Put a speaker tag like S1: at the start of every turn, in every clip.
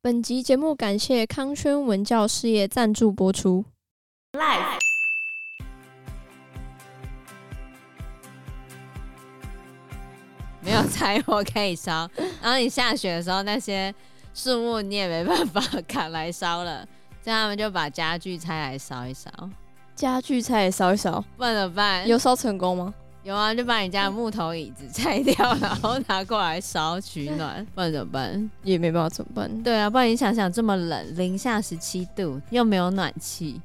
S1: 本集节目感谢康轩文教事业赞助播出。
S2: Life，
S3: 没有柴火可以烧，然后你下雪的时候，那些树木你也没办法砍来烧了， 这样他们就把家具拆来烧一烧，
S1: 家具菜也烧一烧，
S3: 不然怎么办？
S1: 有烧成功吗？
S3: 有啊，就把你家的木头椅子拆掉，然后拿过来烧取暖，不然怎么办？
S1: 也没办法怎么办。
S3: 对啊，不然你想想，这么冷，零下十七度，又没有暖气，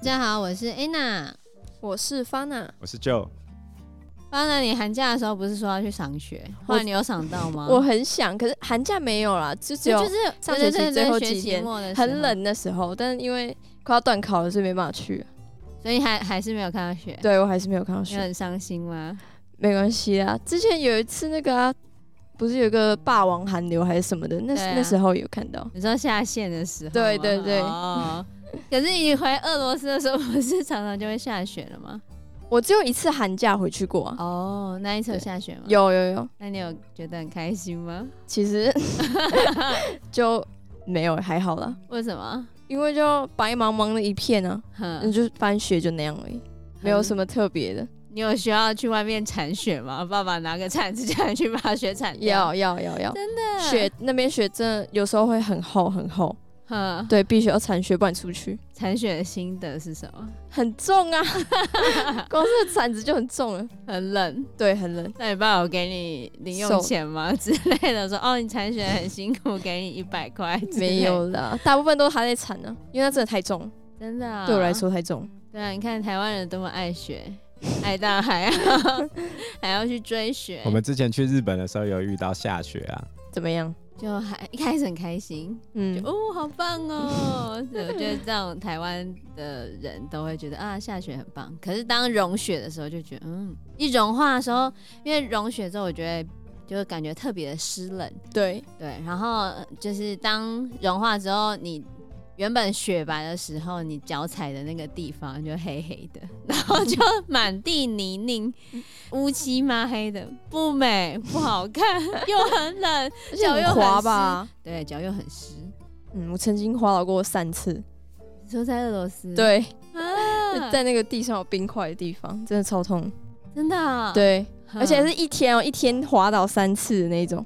S3: 大家好，我是 Anna。
S1: 我是 Fana，
S4: 我是 Joe，
S3: 方呢，你寒假的时候不是说要去赏雪？后来你有赏到吗？
S1: 我很想，可是寒假没有啦，就只有
S3: 就是
S1: 上
S3: 对
S1: 学期
S3: 对对
S1: 最后
S3: 学
S1: 几
S3: 期
S1: 天
S3: 末的时候
S1: 很，冷的时候，但是因为快要断考了，所以没办法去。
S3: 所以还还是没有看到雪。
S1: 对我还是没有看到
S3: 你
S1: 雪，
S3: 很伤心吗？
S1: 没关系啊。之前有一次那个啊，不是有一个霸王寒流还是什么的，那、
S3: 对啊
S1: 那时候有看到。
S3: 你知道下线的时候吗，
S1: 对对对
S3: 哦，可是你回俄罗斯的时候，不是常常就会下雪了吗？
S1: 我只有一次寒假回去过啊，
S3: 哦，那一次有下雪吗？。
S1: 有有有，
S3: 那你有觉得很开心吗？
S1: 其实 就没有还好啦，
S3: 为什么？
S1: 因为就白茫茫的一片啊，
S3: 哼
S1: 你，就翻雪就那样而已，没有什么特别的。
S3: 你有需要去外面铲雪吗？爸爸拿个铲子叫你去把雪铲掉。
S1: 要要啊要要，
S3: 真的
S1: 雪那边雪真的有时候会很厚很厚，
S3: 哼，
S1: 对，必须要铲雪，不然出去
S3: 铲雪的心得是什么？
S1: 很重 啊，光是铲子就很重了，
S3: 很冷。
S1: 对，很冷。
S3: 那你爸有给你零用钱吗之类的？说哦，你铲雪很辛苦，给你一百块。
S1: 没，有啦，大部分都还在铲呢、因为它真的太重了，
S3: 真的、啊、
S1: 对我来，说太重了。
S3: 对啊，你看台湾人多么爱雪，爱大海啊， 还要去追雪
S4: 我。们之前去日本的时候有遇到下雪啊，
S1: 怎么样？
S3: 就还一开始很开心，就
S1: 嗯，
S3: 哦，好棒哦！对我觉得这种台湾的人都会觉得啊，下雪很棒。可是当融雪的时候，就觉得嗯，一融化的时候，因为融雪之后，我觉得就会感觉特别的湿冷。
S1: 对，
S3: 对，然后呃就是当融化之后，你原本雪白的时候，你脚踩的那个地方就黑黑的，然后 就满地泥泞，乌漆嘛黑的，不美不好看， 又很冷，
S1: 而且
S3: 脚又
S1: 很
S3: 很
S1: 滑吧？
S3: 对，脚又很湿。
S1: 嗯，我曾经滑倒过三次，嗯
S3: 你说在俄罗斯？
S1: 对，
S3: 啊，
S1: 在那个地上有冰块的地方，真的超痛。
S3: 真的啊、
S1: 对，
S3: 哼，
S1: 而且是一天哦，一天滑倒三次的那种。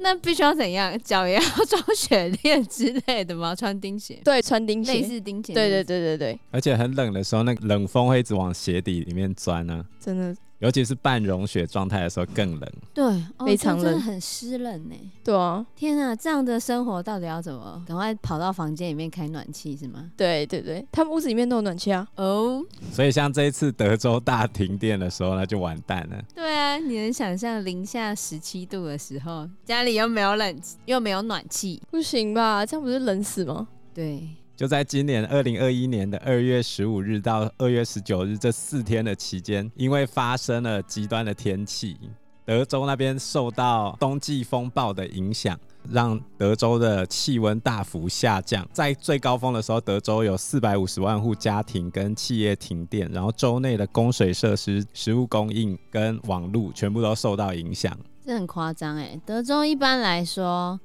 S3: 那必须要怎样？脚也要 装雪链之类的吗？穿钉鞋，
S1: 对，穿钉鞋
S3: 类。似钉鞋那种，
S1: 对对对对对，
S4: 而且很冷的时候，那个冷风会一直往鞋底里面钻啊，
S1: 真的，
S4: 尤其是半融雪状态的时候更冷。
S3: 对，哦
S1: 非常
S3: 这真的
S1: 冷
S3: 很湿冷欸呢。
S1: 对啊，
S3: 天啊，这样的生活到底要怎么？赶快跑到房间里面开暖气是吗？
S1: 对对对，他们屋子里面都有暖气啊。
S3: 哦、
S4: 所以像这一次德州大停电的时候，那就完蛋了。
S3: 对啊，你能想象零下十七度的时候，家里又没有冷气，又没有暖气，
S1: 不行吧？这样不是冷死吗？
S3: 对，
S4: 就在今年二零二一年的二月十五日到二月十九日这四天的期间，因为发生了极端的天气，德州那边受到冬季风暴的影响，让德州的气温大幅下降。在最高峰的时候，德州有四百五十万户家庭跟企业停电，然后州内的供水设施、食物供应跟网路全部都受到影响。
S3: 这很夸张哎。德州一般来说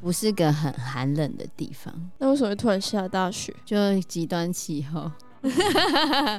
S3: 不是个很寒冷的地方，
S1: 那为什么会突然下大雪？
S3: 就极端气候。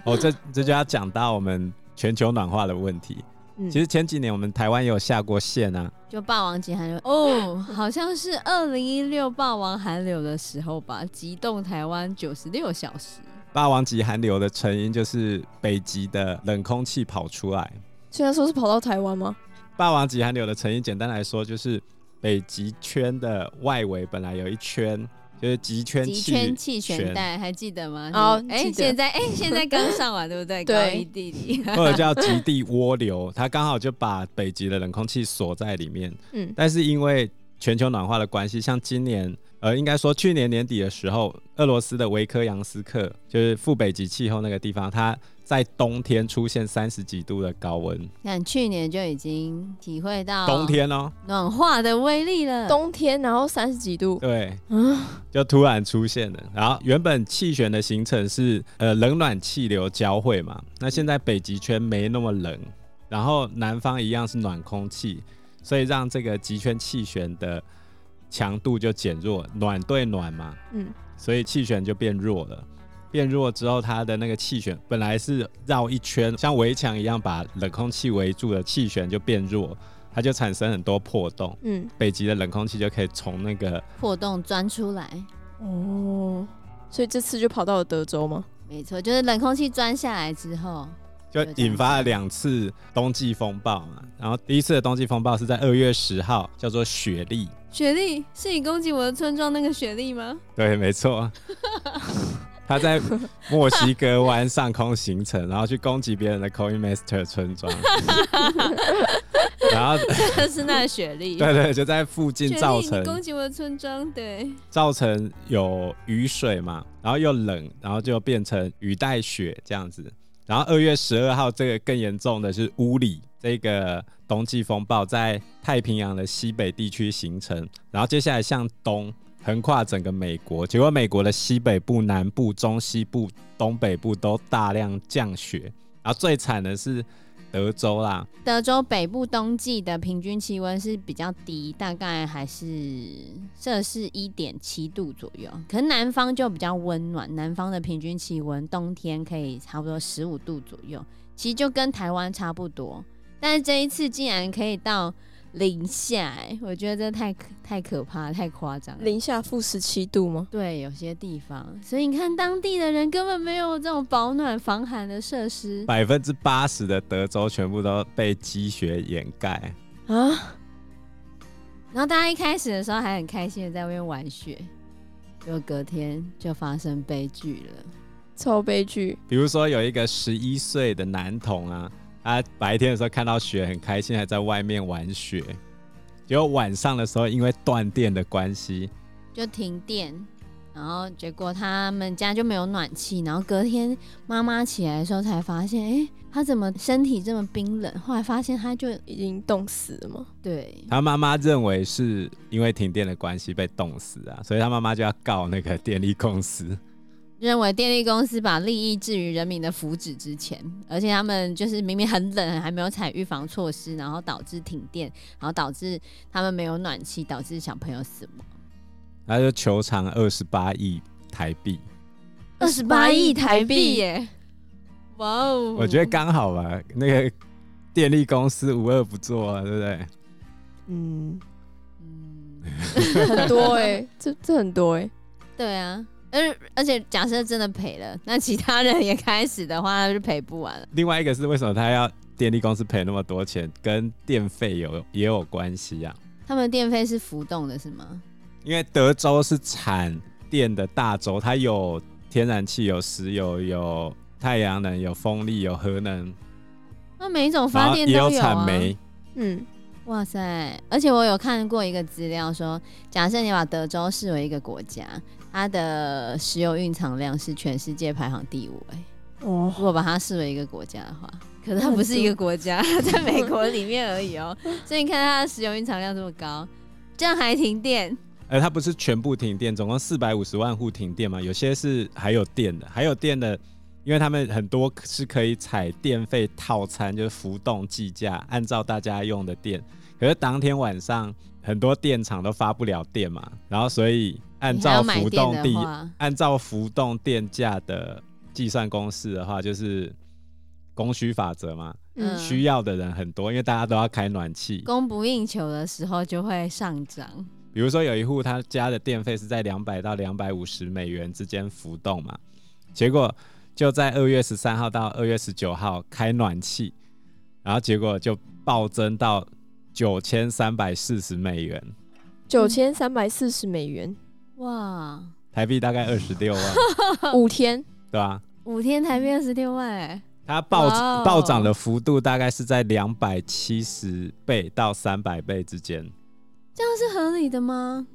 S4: 哦，这这就要讲到我们全球暖化的问题。
S1: 嗯
S4: 其实前几年我们台湾也有下过线啊，
S3: 就霸王级寒流哦，好像是二零一六霸王寒流的时候吧，急冻台湾九十六小时。
S4: 霸王级寒流的成因就是北极的冷空气跑出来。
S1: 虽然说是跑到台湾吗？
S4: 霸王级寒流的成因，简单来说就是北极圈的外围本来有一圈，就是极圈
S3: 极
S4: 气
S3: 圈气旋，带还记得吗？
S1: 哦
S3: 哎、
S1: 记得
S3: 现在哎、现在刚上完对不 对？
S1: 对
S3: 高一地理，
S4: 或者叫极地涡流，它刚好就把北极的冷空气锁在里面。
S1: 嗯，
S4: 但是因为全球暖化的关系，像今年呃，应该说去年年底的时候，俄罗斯的维科扬斯克就是副北极气候那个地方，它在冬天出现三十几度的高温，
S3: 看去年就已经体会到
S4: 冬天哦，
S3: 暖化的威力了。
S1: 冬天然后三十几度，
S4: 对，
S1: 啊，
S4: 就突然出现了。然后原本气旋的形成是呃冷暖气流交汇嘛，那现在北极圈没那么冷，然后南方一样是暖空气，所以让这个极圈气旋的强度就减弱，暖对暖嘛，
S1: 嗯，
S4: 所以气旋就变弱了。变弱之后，它的那个气旋本来是绕一圈，像围墙一样把冷空气围住的气旋就变弱，它就产生很多破洞。
S1: 嗯，
S4: 北极的冷空气就可以从那个
S3: 破洞钻出来，
S1: 哦，所以这次就跑到了德州吗？
S3: 没错，就是冷空气钻下来之后，
S4: 就引发了两次冬季风暴嘛。然后第一次的冬季风暴是在二月十号，叫做雪莉。
S3: 雪莉是你攻击我的村庄那个雪莉吗？
S4: 对，没错。 他在墨西哥湾上空行程，然后去攻击别人的 Coin Master 村庄，然后
S3: 是那个雪莉。
S4: 对对，就在附近
S3: 雪莉，
S4: 造
S3: 你攻
S4: 成
S3: 击我的村庄，对，
S4: 造成有雨水嘛，然后又冷，然后就变成雨带雪这样子。然后二月十二号，这个更严重的是乌里这个冬季风暴在太平洋的西北地区形成，然后接下来向东横跨整个美国，结果美国的西北部、南部、中西部、东北部都大量降雪，然后最惨的是德州啦，
S3: 德州北部冬季的平均气温是比较低，大概还是摄氏一点七度左右。可是南方就比较温暖，南方的平均气温冬天可以差不多十五度左右，其实就跟台湾差不多。但是这一次竟然可以到零下、哎，我觉得这太可太可怕，太夸张了。
S1: 零下负十七度吗？
S3: 对，有些地方，所以你看当地的人根本没有这种保暖防寒的设施。
S4: 百分之八十的德州全部都被积雪掩盖。
S1: 啊，
S3: 然后大家一开始的时候还很开心的在外面玩雪，结果隔天就发生悲剧了。
S1: 超悲剧，
S4: 比如说有一个十一岁的男童啊，他白天的时候看到雪很开心，还在外面玩雪，结果晚上的时候因为断电的关系，
S3: 就停电，然后结果他们家就没有暖气，然后隔天妈妈起来的时候才发现，哎、他怎么身体这么冰冷？后来发现他就
S1: 已经冻死了吗？
S3: 对，
S4: 他妈妈认为是因为停电的关系被冻死啊，所以他妈妈就要告那个电力公司。
S3: 认为电力公司把利益置于人民的福祉之前，而且他们就是明明很冷，还没有采预防措施，然后导致停电，然后导致他们没有暖气，导致小朋友死亡。
S4: 他就求偿二十八亿台币，
S1: 28亿台币
S3: 耶！哇哦，
S4: 我觉得刚好吧，那个电力公司无恶不作啊，对不对？
S1: 嗯，
S3: 嗯，
S1: 很 多哎、这这很多哎、
S3: 对啊，而而且假设真的赔了，那其他人也开始的话，那就赔不完了。
S4: 另外一个是为什么他要电力公司赔那么多钱，跟电费有也有关系啊。
S3: 他们电费是浮动的，是吗？
S4: 因为德州是产电的大州，它有天然气、有石油、有太阳能、有风力、有核能，
S3: 那啊每一种
S4: 然
S3: 发
S4: 后
S3: 电
S4: 也
S3: 都
S4: 有
S3: 有
S4: 产
S3: 啊。
S4: 煤。
S1: 嗯，
S3: 哇塞！而且我有看过一个资料说，假设你把德州视为一个国家，它的石油蕴藏量是全世界排行第五、欸。
S1: 哦，
S3: 如果把它视为一个国家的话，可是它不是一个国家， 它在美国里面而已哦。所以你看它的石油蕴藏量这么高，这样还停电，
S4: 而它不是全部停电，总共四百五十万户停电嘛，有些是还有电的，还有电的，因为他们很多是可以采电费套餐，就是浮动计价，按照大家用的电。可是当天晚上很多电厂都发不了电嘛，然后所以按
S3: 你还要
S4: 照
S3: 买
S4: 浮
S3: 电
S4: 动
S3: 的
S4: 地
S3: 话，
S4: 按照浮动电价的计算公式的话，就是供需法则嘛，
S1: 嗯
S3: 嗯
S4: 需要的人很多，因为大家都要开暖气。
S3: 供不应求的时候就会上涨。
S4: 比如说有一户他家的电费是在两百到两百五十美元之间浮动嘛，结果就在二月十三号到二月十九号开暖气，然后结果就暴增到九千三百四十美元，
S1: 九千三百四十美元，
S3: 哇，
S4: 台币大概二十六万，
S1: 五天，
S4: 对吧、
S3: 五天台币二十六万、欸，
S4: 它暴
S3: 哇哦
S4: 暴涨的幅度大概是在两百七十倍到三百倍之间，
S3: 这样是合理的吗？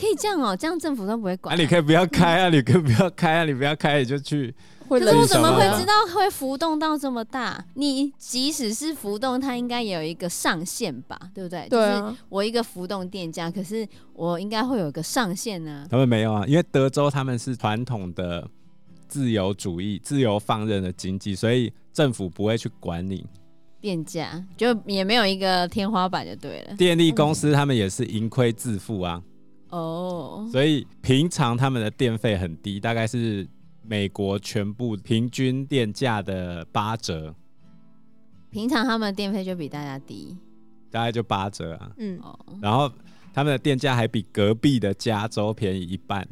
S3: 可以这样哦、这样政府都不会
S4: 啊，
S3: 管。
S4: 你可以不要开啊，你可以不要开啊，你不要开，你就去。
S1: 会
S3: 可
S1: 冷
S3: 是我
S4: 什
S3: 怎么
S4: 么
S3: 会
S4: 啊
S3: 知道会浮动到这么大？你即使是浮动，它应该也有一个上限吧，对不对？
S1: 对
S3: 就是
S1: 啊，
S3: 我一个浮动电价，可是我应该会有一个上限呢、
S4: 他们没有啊，因为德州他们是传统的自由主义、自由放任的经济，所以政府不会去管你。
S3: 嗯电价就也没有一个天花板就对了。
S4: 电力公司他们也是盈亏自负啊，
S3: 哦，
S4: 所以平常他们的电费很低，大概是美国全部平均电价的八折，
S3: 平常他们的电费就比大家低
S4: 大概就八折啊。
S1: 嗯，
S3: 哦。
S4: 然后他们的电价还比隔壁的加州便宜一半，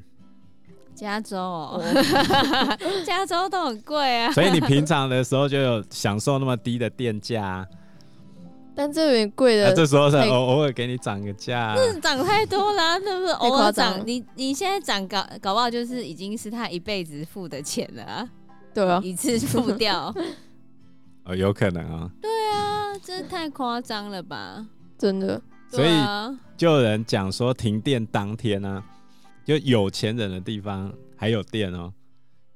S3: 加州哦， 加州都很贵啊。
S4: 所以你平常的时候就有享受那么低的电价、啊，
S1: 但哎这有点贵
S4: 那、
S1: 的，
S4: 这时候是
S1: 美
S4: 偶偶尔给你涨个价啊、
S3: 涨 太多了、那不是
S1: 太
S3: 偶尔
S1: 夸张
S3: 涨？
S1: 了
S3: 哦你你现在涨搞搞不好就是已经是他一辈子付的钱了、啊，
S1: 对啊，
S3: 一次付 掉。
S4: 哦，有可能啊。
S3: 啊，这太夸张了吧？
S1: 真的，
S4: 所以
S3: 对啊、
S4: 就有人讲说，停电当天呢、就有钱人的地方还有电哦，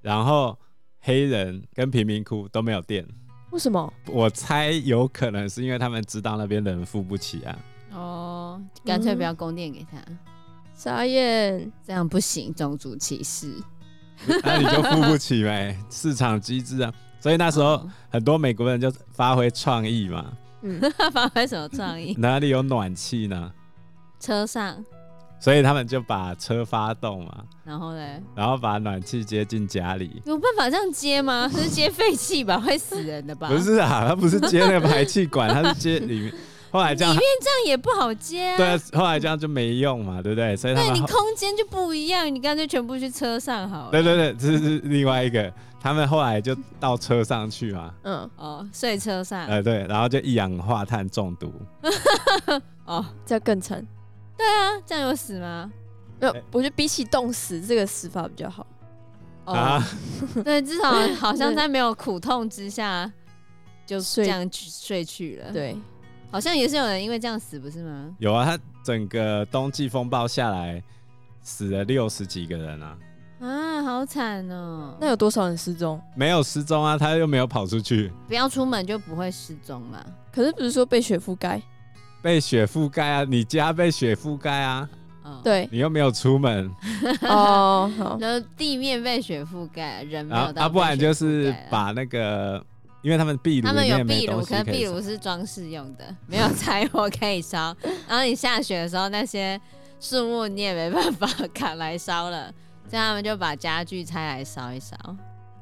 S4: 然后黑人跟贫民窟都没有电。
S1: 为什么？
S4: 我猜有可能是因为他们知道那边的人付不起啊，
S3: 哦，干脆不要供电给他，
S1: 傻眼，
S3: 这样不行，种族歧视。
S4: 那你就付不起呗，市场机制啊。所以那时候
S3: 哦
S4: 很多美国人就发挥创意嘛，
S1: 嗯，
S3: 他发挥什么创意？
S4: 哪里有暖气呢？
S3: 车上，
S4: 所以他们就把车发动嘛，
S3: 然后嘞，
S4: 然后把暖气接进家里。
S3: 有办法这样接 吗？是接废气吧，会死人的吧？
S4: 不是啊，他不是接那个排气 管，他是接里面。后来这样
S3: 里面这样也不好接啊。
S4: 对啊，后来这样就没用嘛，对不对？所以他
S3: 对
S4: 们
S3: 你
S4: 后
S3: 空间就不一样，你干脆全部去车上好了。
S4: 对对对，这是另外一个，他们后来就到车上去嘛，
S1: 嗯，
S3: 哦，睡车上、
S4: 呃对，然后就一氧化碳中毒，
S3: 哦，
S1: 这样更惨。
S3: 那这样有死吗？
S1: 没有
S4: 哎，
S1: 我觉得比起冻死这个死法比较好。
S3: 哦，
S4: 啊，
S3: 对，至少好像在没有苦痛之下就这
S1: 睡
S3: 样去睡去了。，
S1: 对，
S3: 好像也是有人因为这样死，不是吗？
S4: 有啊，他整个冬季风暴下来死了六十几个人啊，
S3: 啊，好惨哦！
S1: 那有多少人失踪？
S4: 没有失踪啊，他又没有跑出去，
S3: 不要出门就不会失踪了。
S1: 可是不是说被雪覆盖？
S4: 被雪覆盖啊，你家被雪覆盖啊，
S3: 哦，，
S1: 对，
S4: 你又没有出门，
S1: 哦，好，
S3: 然后地面被雪覆盖，人没
S4: 然
S3: 有
S4: 后
S3: 到。
S4: 啊，不然就是。把那个，因为他们壁炉
S3: 他
S4: 里
S3: 们有
S4: 面没
S3: 壁炉，
S4: 东
S3: 可
S4: 西
S3: 是
S4: 可以
S3: 壁炉是装饰用的，没有 柴火可以烧。然后你下雪的时候，那些树木你也没办法 砍来烧了，所以他们就把家具拆来烧一烧。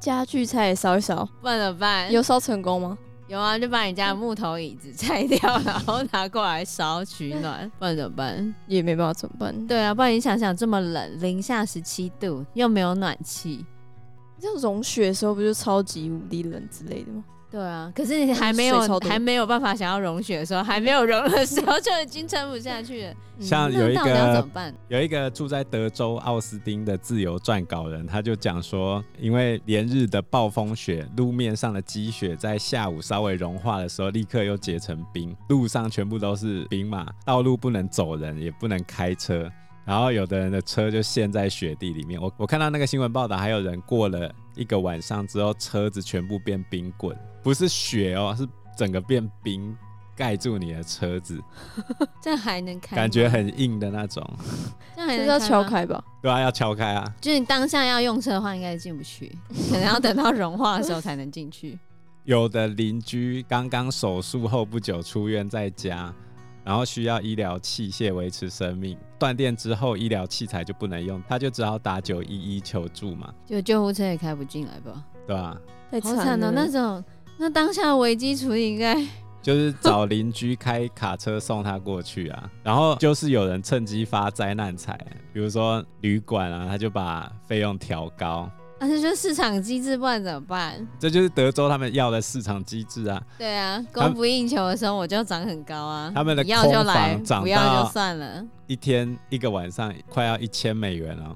S1: 家具菜也烧一烧，
S3: 不然怎么办？
S1: 有烧成功吗？
S3: 有啊，就把你家的木头椅子 拆掉，然后拿过来烧取暖，不然怎么办？
S1: 也没办法，怎么办？
S3: 对啊，不然你想想，这么冷，零下十七度，又没有暖气，
S1: 像融雪的时候不就超级无敌冷之类的吗？
S3: 对啊，可是你还没
S1: 水
S3: 有
S1: 超多
S3: 还没有办法想要融雪的时候，还没有融的时候，就已经撑不下去了。
S1: 嗯
S4: 像有
S3: 那
S4: 一
S3: 到底要
S4: 个
S3: 怎么办？
S4: 有一个住在德州奥斯汀的自由撰稿人，他就讲说，因为连日的暴风雪，路面上的积雪在下午稍微融化的时候，立刻又结成冰，路上全部都是冰嘛，道路不能走人，也不能开车。然后有的人的车就陷在雪地里面。我我看到那个新闻报道，还有人过了一个晚上之后，车子全部变冰棍，不是雪哦，是整个变冰盖住你的车子，
S3: 这样还能开吗？
S4: 感觉很硬的那种。
S3: 这样还
S1: 这
S3: 能
S1: 叫敲
S3: 吗，
S1: 开吧？
S4: 对啊，要敲开啊。
S3: 就是你当下要用车的话，应该进不去，可能要等到融化的时候才能进去。
S4: 有的邻居刚刚手术后不久出院在家，然后需要医疗器械维持生命，断电之后医疗器材就不能用，他就只好打九一一求助嘛，
S3: 就救护车也开不进来吧？
S4: 对吧、
S1: 太
S3: 好
S1: 惨
S3: 惨哦、那种那当下的危机处理应该
S4: 就是找邻居开卡车送他过去啊， 然后就是有人趁机发灾难财，比如说旅馆啊，他就把费用调高，
S3: 但啊是就市场机制，不然怎么办？
S4: 这就是德州他们要的市场机制啊。
S3: 对啊，
S4: 他们
S3: 供不应求的时候我就涨很高啊。
S4: 他们的
S3: 你要就来，
S4: 空房涨
S3: 不要
S4: 到
S3: 就算了。
S4: 一天一个晚上快要一千美元哦，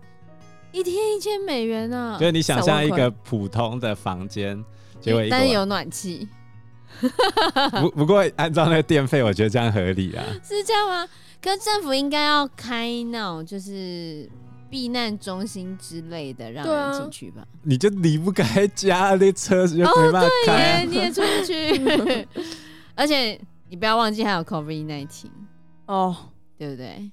S3: 一天一千美元啊
S4: 就，是你想
S1: 三
S4: 象
S1: 万
S4: 一
S1: 块
S4: 个普通的房间，结果一个
S3: 但
S4: 晚
S3: 是有暖气，
S4: 不不过按照那个电费，我觉得这样合理啊。
S3: 是这样吗？可政府应该要开那种就是避难中心之类的，让
S1: 对啊
S3: 人进去吧。
S4: 你就离不开家，那车子就
S3: 哦
S4: 没办法开、啊
S3: 耶，你也出 不去，而且你不要忘记还有 COVID nineteen，
S1: 哦，
S3: 对不对？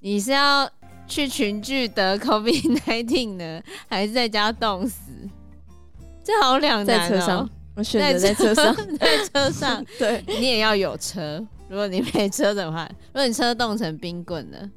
S3: 你是要去群聚得 COVID nineteen 呢，还是在家冻死？这好两难、
S1: 在
S3: 哦。
S1: 车上，我选择在车上，，
S3: 在车上，
S1: 哦 对，
S3: 你也要有车。如果你没车的话，如果你车冻成冰棍了，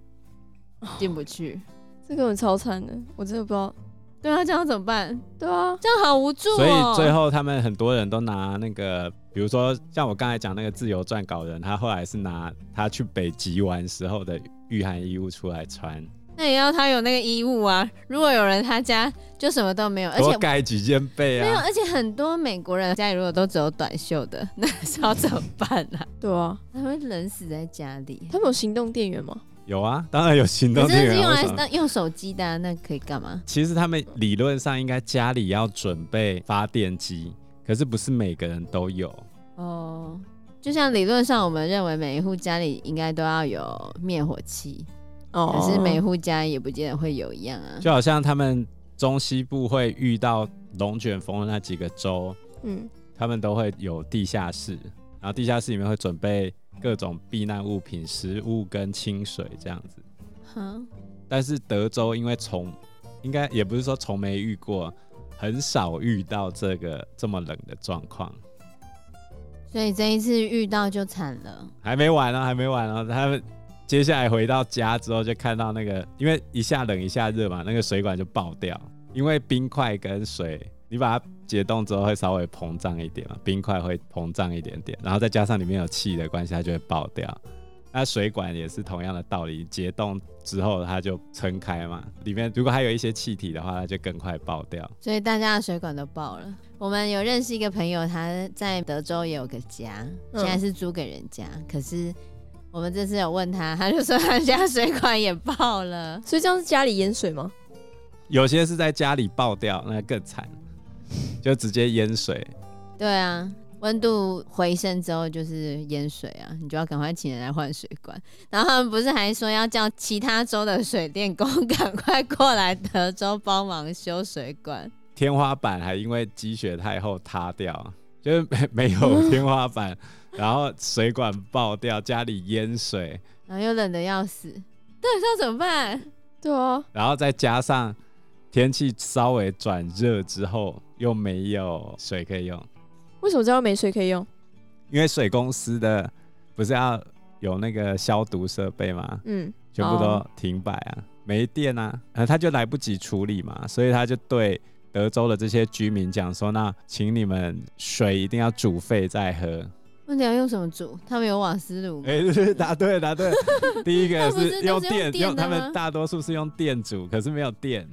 S3: 进不去。
S1: 这个我超惨的，我真的不知道。
S3: 对啊，这样怎么办？
S1: 对啊，
S3: 这样好无助哦。
S4: 所以最后他们很多人都拿那个，比如说像我刚才讲那个自由撰稿人，他后来是拿他去北极玩时候的御寒衣物出来穿，
S3: 那也要他有那个衣物啊。如果有人他家就什么都没有，而且
S4: 多啊盖几件被
S3: 没有，
S4: 啊。
S3: 而且很多美国人家里如果都只有短袖的，那是要怎么办啊？
S1: 对啊，
S3: 他会冷死在家里。
S1: 他们有行动电源吗？
S4: 有啊，当然有行动
S3: 可
S4: 电
S3: 是是
S4: 源
S3: 用
S4: 啊。
S3: 来
S4: 为什么
S3: 那用手机的、啊，那可以干嘛？
S4: 其实他们理论上应该家里要准备发电机，可是不是每个人都有。
S3: 哦，就像理论上我们认为每一户家里应该都要有灭火器，
S1: 哦
S3: 可是每户家也不见得会有一样啊。
S4: 就好像他们中西部会遇到龙卷风的那几个州，
S1: 嗯，
S4: 他们都会有地下室，然后地下室里面会准备各种避难物品、食物跟清水这样子。
S3: 哼，
S4: 但是德州因为从应该也不是说从没遇过，很少遇到这个这么冷的状况。
S3: 所以这一次遇到就惨了。
S4: 还没完呢、还没完呢、他们接下来回到家之后，就看到那个，因为一下冷一下热嘛，那个水管就爆掉。因为冰块跟水，你把它解冻之后会稍微膨胀一点嘛，冰块会膨胀一点点，然后再加上里面有气的关系，它就会爆掉。那水管也是同样的道理，解冻之后它就撑开嘛，里面如果还有一些气体的话，它就更快爆掉。
S3: 所以大家的水管都爆了。我们有认识一个朋友，他在德州也有个家，
S1: 嗯
S3: 现在是租给人家。可是我们这次有问他，他就说他家水管也爆了。
S1: 所以这样是家里淹水吗？
S4: 有些是在家里爆掉，那更惨，就直接淹水。
S3: 对啊，温度回升之后就是淹水啊，你就要赶快请人来换水管。然后他们不是还说要叫其他州的水电工 赶快过来德州帮忙修水管？
S4: 天花板还因为积雪太厚塌掉，就是没没有天花板，然后水管爆掉，家里淹水，
S3: 然后又冷的要死，到底是要怎么办？
S1: 对啊，
S4: 然后再加上天气稍微转热之后又没有水可以用，
S1: 为什么这样没水可以用？
S4: 因为水公司的不是要有那个消毒设备吗？
S1: 嗯，
S4: 全部都
S1: 哦
S4: 停摆啊，没电啊，呃，他就来不及处理嘛，所以他就对德州的这些居民讲说：“那请你们水一定要煮沸再喝。”
S3: 问题要用什么煮？他们有瓦斯 炉吗？
S4: 哎、对对答对了答对了。第一个
S3: 他不是都是
S4: 用
S3: 用
S4: 电，
S3: 电的
S4: 他们
S3: 吗
S4: 大多数是用电煮，可是没有电，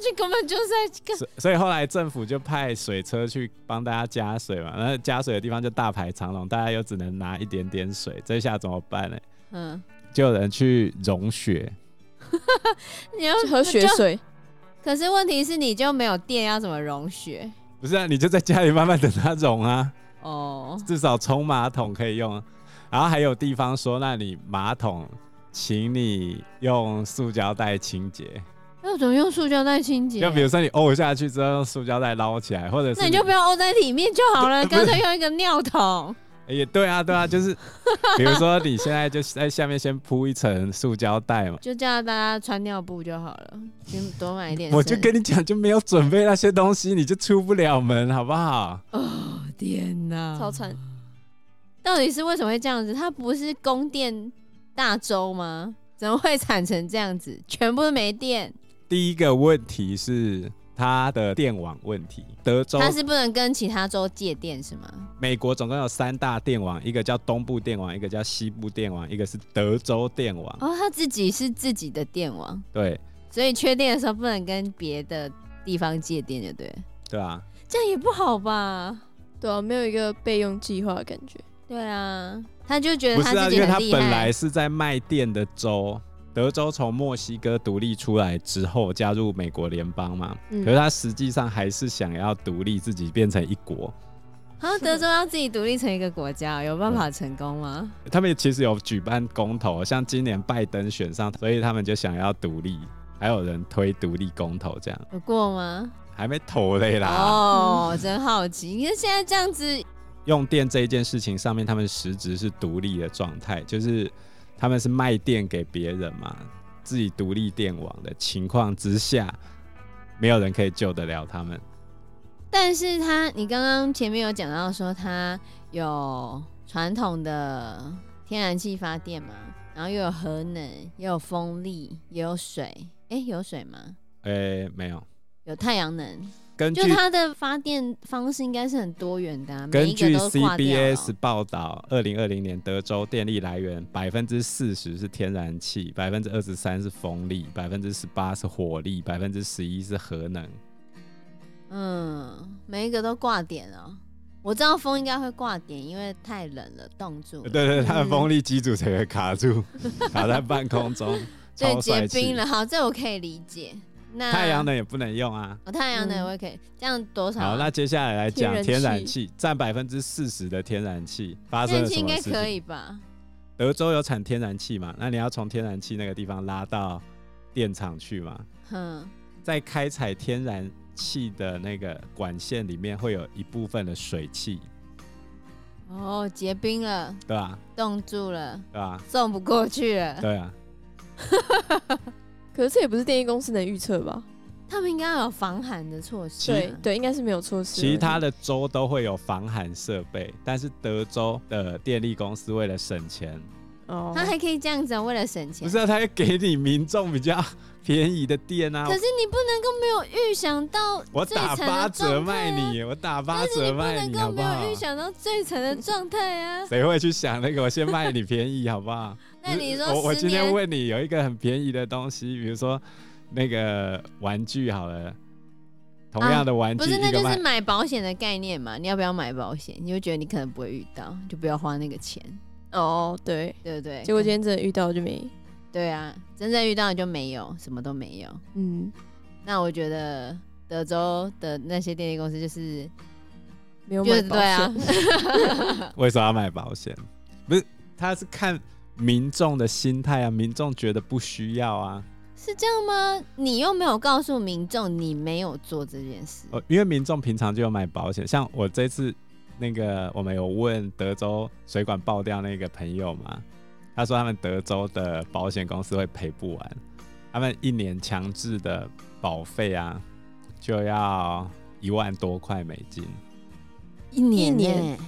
S3: 这根本就是在干
S4: 所所以后来政府就派水车去帮大家加水嘛。那加水的地方就大排长龙，大家又只能拿一点点水，这下怎么办呢？
S3: 嗯，
S4: 就有人去融雪，
S3: 你要
S1: 就喝雪。
S3: 就
S1: 水，
S3: 可是问题是，你就没有电，要怎么融雪？
S4: 不是啊，你就在家里慢慢等它融啊，
S3: 哦，
S4: 至少冲马桶可以用啊。然后还有地方说，那你马桶，请你用塑胶袋清洁。
S3: 那怎么用塑胶袋清洁？
S4: 就比如说你呕下去之后，用塑胶袋捞起来，或者是
S3: 那你就不要沤在里面就好 了，干脆用一个尿桶。
S4: 也对 啊，对啊，就是比如说你现在就在下面先铺一层塑胶袋嘛，
S3: 就叫大家穿尿布就好了，去多买一点。
S4: 我就跟你讲，就没有准备那些东西，你就出不了门，好不好？
S3: 哦天哪，
S1: 超惨。
S4: 嗯
S3: 到底是为什么会这样子？它不是供电大洲吗？怎么会产成这样子？全部都没电，
S4: 第一个问题是它的电网问题，德州、
S3: 它是不能跟其他州借电是吗？
S4: 美国总共有三大电网，一个叫东部电网，一个叫西部电网，一个是德州电网。
S3: 哦，它自己是自己的电网，
S4: 对
S3: 所以缺电的时候不能跟别的地方借电，就对了。
S4: 对啊，
S3: 这样也不好吧？
S1: 对啊，没有一个备用计划的感觉。
S3: 对啊，他就觉
S4: 不
S3: 得
S4: 是啊，
S3: 自
S4: 因
S3: 己
S4: 为它
S3: 很厉
S4: 本
S3: 害
S4: 来。是在卖电的州，德州从墨西哥独立出来之后加入美国联邦嘛，
S1: 嗯
S4: 可是它实际上还是想要独立自己变成一国，
S3: 啊，德州要自己独立成一个国家，有办法
S4: 嗯
S3: 成功吗？
S4: 他们其实有举办公投，像今年拜登选上，所以他们就想要独立，还有人推独立公投，这样
S3: 有过吗？
S4: 还没投嘞啦。
S3: 哦，真好奇，你看现在这样子，
S4: 用电这一件事情上面，他们实质是独立的状态，就是他们是卖电给别人嘛，自己独立电网的情况之下，没有人可以救得了他们。
S3: 但是他，你刚刚前面有讲到说他有传统的天然气发电嘛，然后又有核能，又有风力，也有水，诶，有水吗？
S4: 诶、没有，
S3: 有太阳能，
S4: 根
S3: 就
S4: 据
S3: 它的发电方式应该是很多元的、啊，每
S4: 根
S3: 一个
S4: 据
S3: 都挂掉了
S4: CBS 报道，二零二零年德州电力来源百分之四十是天然气，百分之二十三是风力，百分之十八是火力，百分之十一是核能。
S3: 嗯，每一个都挂点哦。我知道风应该会挂点，因为太冷了，冻住了
S4: 呃对对，它的风力机组整个卡住，卡在半空中，
S3: 对，
S4: 超帅
S3: 结
S4: 气
S3: 冰了。好，这我可以理解。那
S4: 太阳，能也不能用啊。
S3: 哦、太阳能
S1: 嗯
S3: 我也可以，这样多少啊？
S4: 好，那接下来来讲
S1: 天
S4: 天
S1: 然
S4: 然气，占百分之四十的天然气发
S3: 天
S4: 生
S3: 然
S4: 了
S3: 气
S4: 什
S3: 应
S4: 么
S3: 该
S4: 事情？
S3: 可以吧？
S4: 德州有产天然气嘛？那你要从天然气那个地方拉到电厂去嘛？
S3: 哼，
S4: 在开采天然气的那个管线里面，会有一部分的水汽，
S3: 哦，结冰了，
S4: 对吧？
S3: 冻住了，
S4: 对吧？
S3: 送不过去 了。
S4: 对啊，
S1: 可是这也不是电力公司能预测吧？
S3: 他们应该有防寒的措施啊。
S1: 对对，应该是没有措施而已。
S4: 其他的州都会有防寒设备，但是德州的电力公司为了省钱，
S1: 哦，
S3: 他还可以这样子、啊，为了省钱。
S4: 不是、啊，他要给你民众比较便宜的电啊
S3: 可。是你不能够没有预想到
S4: 我
S3: 最
S4: 打
S3: 惨
S4: 八
S3: 的
S4: 折
S3: 状态
S4: 卖
S3: 啊，
S4: 你，我打八
S3: 但是你
S4: 折
S3: 不
S4: 卖
S3: 能
S4: 你，
S3: 够
S4: 好不
S3: 没有
S4: 好。
S3: 预？想到最惨的状态啊
S4: 谁会去想那个？我先卖你便宜，好不好？
S3: 那你说
S4: 我我
S3: 十
S4: 今天
S3: 年
S4: 问你有一个很便宜的东西，比如说那个玩具好了，同样的玩具
S3: 哦不
S4: 一
S3: 是，那
S4: 个
S3: 就
S4: 卖
S3: 是买保险的概念嘛。你要不要买保险？你就觉得你可能不会遇到，就不要花那个钱，
S1: 哦，对，
S3: 对不对？
S1: 结果今天真的遇到就没，
S3: 对啊，真正遇到你就没有，什么都没有。
S1: 嗯，
S3: 那我觉得德州的那些电力公司就是，
S1: 没有
S3: 就
S1: 买
S3: 是
S1: 保
S3: 对啊
S1: 险。，
S4: 为什么要买保险？不是，他是看民众的心态啊，民众觉得不需要啊，
S3: 是这样吗？你又没有告诉民众你没有做这件事，
S4: 呃，因为民众平常就有买保险，像我这次那个我们有问德州水管爆掉那个朋友嘛，他说他们德州的保险公司会赔不完，他们一年强制的保费啊就要一万多块美金，
S3: 一年
S1: 一
S3: 呢、
S1: 年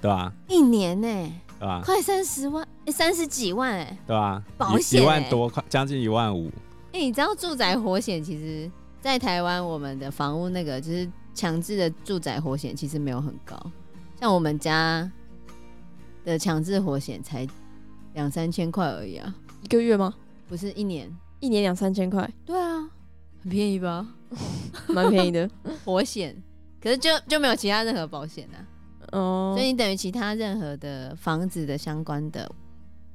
S4: 对吧？
S3: 一年呢、
S4: 对吧？
S3: 快三十万，三十几万哎、
S4: 对吧？
S3: 保
S4: 一
S3: 险
S4: 一
S3: 欸
S4: 万多块，将近一万五，
S3: 哎、你知道住宅火险其实，在台湾我们的房屋那个就是强制的住宅火险其实没有很高，像我们家的强制火险才两三千块而已啊，
S1: 一个月吗？
S3: 不是一年。
S1: 一年两三千块，
S3: 对啊，很便宜吧？
S1: 蛮便宜 的。
S3: 火险，可是就就没有其他任何保险啊，
S1: 哦
S3: 所，以你等于其他任何的房子的相关的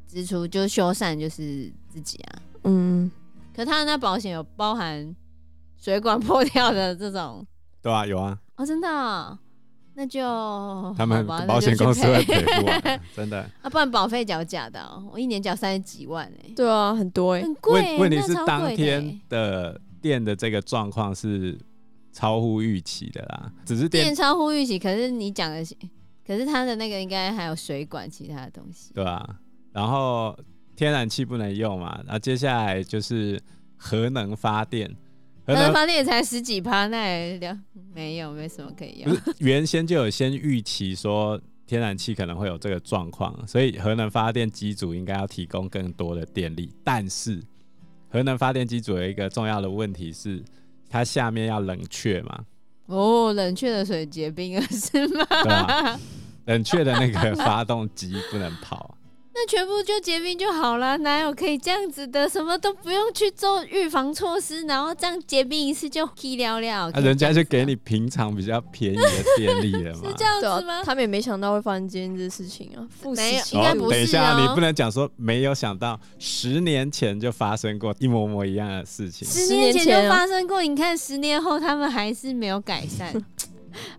S3: 支出，就是修缮就是自己啊。
S1: 嗯，
S3: 可他的那保险有包含水管破掉的这种。
S4: 对吧？有啊，
S3: 哦，真的哦、那就
S4: 他 们
S3: 好吧
S4: 保险公司
S3: 那
S4: 会
S3: 就去
S4: 赔
S3: 赔
S4: 不完，真的。
S3: 啊，不然保费缴假的哦、我一年缴三十几万哎、
S1: 对啊，很多哎、
S3: 很贵、
S4: 问
S3: 欸。
S4: 问题
S3: 那
S4: 是
S3: 超
S4: 当
S3: 贵的
S4: 天
S3: 欸
S4: 的电的这个状况是超乎预期的啦，只是电
S3: 电超乎预期，可是你讲的是，可是他的那个应该还有水管其他的东西。
S4: 对啊，然后天然气不能用嘛，然后接下来就是核能发电，核
S3: 但是
S4: 能
S3: 发电也才十几趴，那也了没有没什么可以
S4: 不
S3: 用
S4: 是。原先就有先预期说天然气可能会有这个状况，所以核能发电机组应该要提供更多的电力，但是核能发电机组有一个重要的问题是，它下面要冷却嘛，
S3: 哦，冷却的水结冰了是吗？
S4: 对吧？冷却的那个发动机不能跑。
S3: 那全部就结冰就好了，哪有可以这样子的？什么都不用去做预防措施，然后这样结冰一次就踢了了。
S4: 啊，人家就给你平常比较便宜的电力了嘛
S3: 是。这样
S1: 对啊
S3: 子吗？，
S1: 他们也没想到会发生今天这事情啊，负
S3: 没
S1: 十
S3: 有
S1: 七
S3: 应该
S1: 度
S3: 不
S4: 等一
S3: 是
S4: 下，
S3: 哦
S4: 你不能讲说没有想到，十年前就发生过一模模一样的事情。
S3: 十
S1: 10年
S3: 年前
S1: 前
S3: 就
S1: 哦
S3: 发生过，你看十年后他们还是没有改善，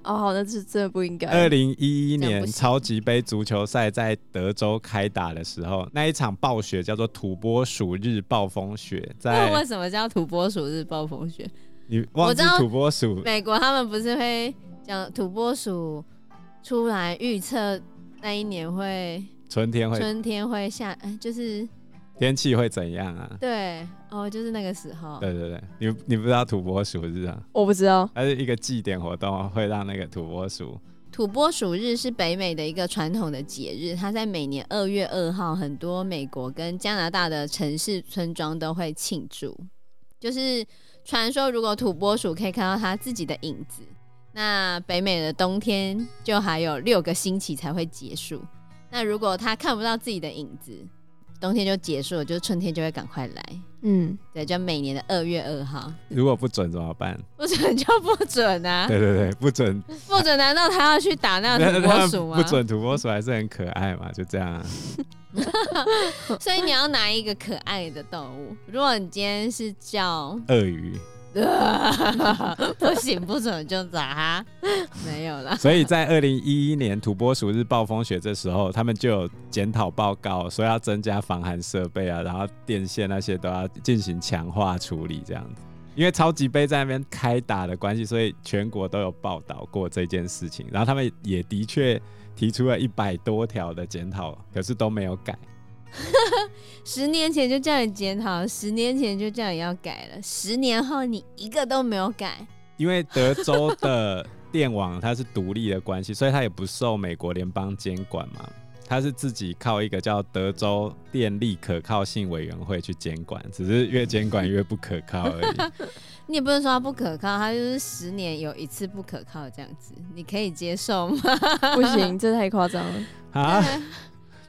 S1: 哦，好，那是真的不应该。
S4: 二零一一
S3: 这样
S4: 年
S3: 不行
S4: 超级杯足球赛在德州开打的时候，那一场暴雪叫做土拨鼠日暴风雪，
S3: 那
S4: 在
S3: 为什么叫土拨鼠日暴风雪？
S4: 你忘
S3: 我
S4: 记
S3: 知道
S4: 土拨鼠
S3: 美国他们不是会讲土拨鼠出来预测那一年会
S4: 春天会
S3: 春天会下，哎就是
S4: 天气会怎样啊？
S3: 对哦，就是那个时候。
S4: 对对对，你你不知道土拨鼠日啊？
S1: 我不知道，
S4: 它是一个祭典活动，会让那个土拨鼠
S3: 土拨鼠日是北美的一个传统的节日，它在每年二月二号，很多美国跟加拿大的城市村庄都会庆祝。就是传说，如果土拨鼠可以看到它自己的影子，那北美的冬天就还有六个星期才会结束。那如果它看不到自己的影子，冬天就结束了，就春天就会赶快来。
S1: 嗯，
S3: 对，就每年的二月二号，
S4: 如果不准怎么办？
S3: 不准就不准啊！
S4: 对对对，不准，
S3: 不准，难道他要去打那 个土拨
S4: 那
S3: 鼠吗？
S4: 不准土拨鼠还是很可爱嘛，就这样啊。
S3: 所以你要拿一个可爱的动物。如果你今天是叫，
S4: 鳄鱼，
S3: 不行不准就打它， 没有啦。
S4: 所以在二零一一年土拨鼠日暴风雪这时候，他们就有检讨报告，说要增加防寒设备啊，然后电线那些都要进行强化处理，这样子。因为超级杯在那边开打的关系，所以全国都有报道过这件事情。然后他们也的确提出了一百多条的检讨，可是都没有改。
S3: 十年前就叫你检讨，十年前就叫你要改了，十年后你一个都没有改，
S4: 因为德州的电网它是独立的关系，所以它也不受美国联邦监管嘛，它是自己靠一个叫德州电力可靠性委员会去监管，只是越监管越不可靠而 已。
S3: 你也不能说它不可靠，它就是十年有一次不可靠这样子，你可以接受吗？
S1: 不行，这太夸张了。
S4: 啊，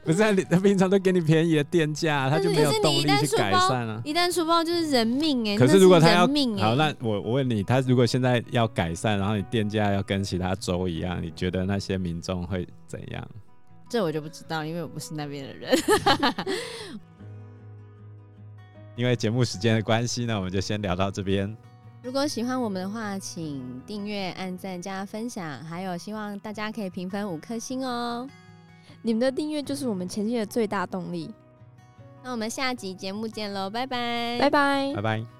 S4: 不是、啊，你他平常都给你便宜的电价，他
S3: 但是
S4: 就没有
S3: 可是你
S4: 动力
S3: 一旦
S4: 去
S3: 出
S4: 改
S3: 包
S4: 善啊。
S3: 一旦出包就是人命哎、
S4: 可
S3: 那
S4: 是如果他要
S3: 人命哎、
S4: 好，那我我问你，他如果现在要改善，然后你电价要跟其他州一样，你觉得那些民众会怎样？
S3: 这我就不知道，因为我不是那边的人。
S4: 因为节目时间的关系呢，我们就先聊到这边。
S3: 如果喜欢我们的话，请订阅、按赞、加分享，还有希望大家可以评分五颗星哦。
S1: 你们的订阅就是我们前进的最大动力。
S3: 那我们下集节目见喽，拜拜，
S1: 拜拜
S3: 哎
S4: 拜。拜。